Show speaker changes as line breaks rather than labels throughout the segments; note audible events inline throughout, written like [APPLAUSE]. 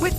With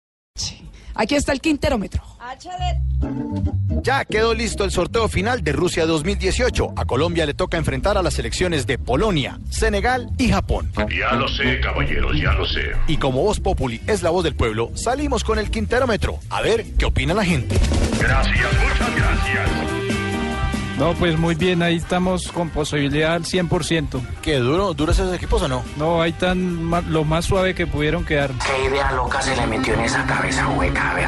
Aquí está el quinterómetro.
Ya quedó listo el sorteo final de Rusia 2018. A Colombia le toca enfrentar a las selecciones de Polonia, Senegal y Japón.
Ya lo sé, caballeros, ya lo sé.
Y como Voz Populi es la voz del pueblo, salimos con el quinterómetro. A ver qué opina la gente.
Gracias, muchas gracias.
No, pues muy bien, ahí estamos con posibilidad al 100%.
¿Qué duro, duros esos equipos o no?
No, ahí tan ma- lo más suave que pudieron quedar.
¿Qué idea loca se le metió en esa cabeza hueca? A ver.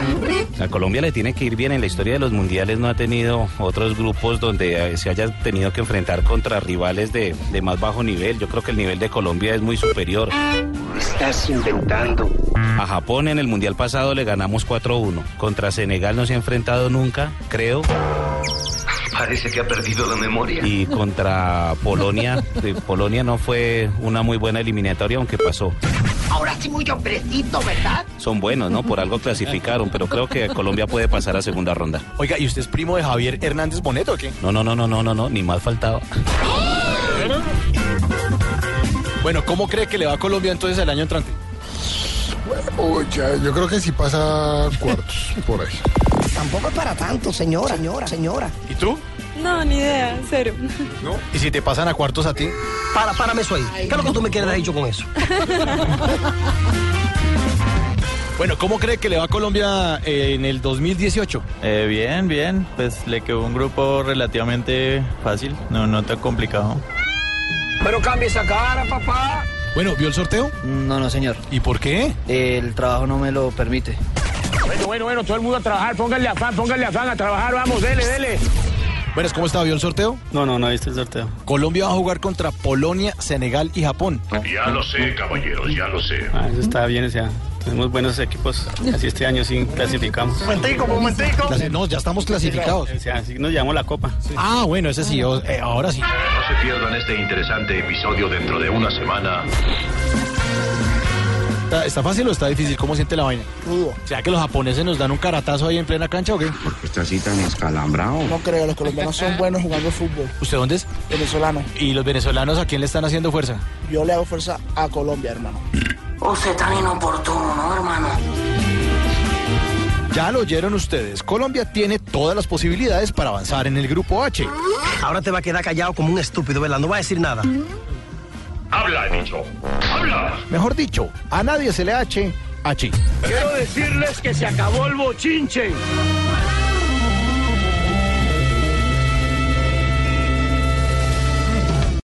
A Colombia le tiene que ir bien. En la historia de los mundiales no ha tenido otros grupos donde eh, se haya tenido que enfrentar contra rivales de, de más bajo nivel. Yo creo que el nivel de Colombia es muy superior.
Estás inventando.
A Japón en el mundial pasado le ganamos 4-1. Contra Senegal no se ha enfrentado nunca, creo.
Parece que ha perdido la memoria.
Y contra Polonia, eh, Polonia no fue una muy buena eliminatoria, aunque pasó.
Ahora sí muy hombrecito, ¿verdad?
Son buenos, ¿no? Por algo clasificaron, pero creo que Colombia puede pasar a segunda ronda.
Oiga, ¿y usted es primo de Javier Hernández Boneto o qué?
No, no, no, no, no, no, no, ni más faltaba.
Bueno, ¿cómo cree que le va a Colombia entonces el año entrante?
yo creo que si pasa cuartos por ahí.
Tampoco es para tanto, señora, señora, señora.
¿Y tú?
No, ni idea, cero.
¿No? ¿Y si te pasan a cuartos a ti?
Para, párame eso ahí. ¿Qué es lo que tú me quieres haber dicho con eso?
[LAUGHS] Bueno, ¿cómo cree que le va a Colombia eh, en el 2018?
Eh, bien, bien, pues le quedó un grupo relativamente fácil, no, no tan complicado.
Pero cambia esa cara, papá.
Bueno, ¿vio el sorteo?
No, no, señor.
¿Y por qué?
El trabajo no me lo permite.
Bueno, bueno, bueno, todo el mundo a trabajar, pónganle afán, pónganle afán, a trabajar, vamos, dele, dele.
Bueno, ¿cómo está? ¿Vio el sorteo?
No, no, no viste el sorteo.
Colombia va a jugar contra Polonia, Senegal y Japón.
Ya lo sé, caballeros, ya lo sé.
Ah, eso está bien, o sea, tenemos buenos equipos. Así este año sí clasificamos.
Momentico, momentico.
Clasi- No, ya estamos clasificados.
O sea, así nos llevamos la copa.
Ah, bueno, ese sí, o- eh, ahora sí.
No se pierdan este interesante episodio dentro de una semana.
¿Está, está fácil o está difícil? ¿Cómo siente la vaina? Rudo. ¿Será que los japoneses nos dan un caratazo ahí en plena cancha o qué?
Está así tan escalambrado.
No creo, los colombianos son buenos jugando fútbol.
¿Usted dónde es?
Venezolanos,
¿Y los venezolanos a quién le están haciendo fuerza?
yo le hago fuerza a Colombia, hermano.
Usted tan inoportuno, ¿no, hermano?
Ya lo oyeron ustedes. Colombia tiene todas las posibilidades para avanzar en el grupo H.
Ahora te va a quedar callado como un estúpido, ¿verdad? No va a decir nada.
Habla, he dicho. Habla.
Mejor dicho, a nadie se le H. H.
Quiero decirles que se acabó el bochinche.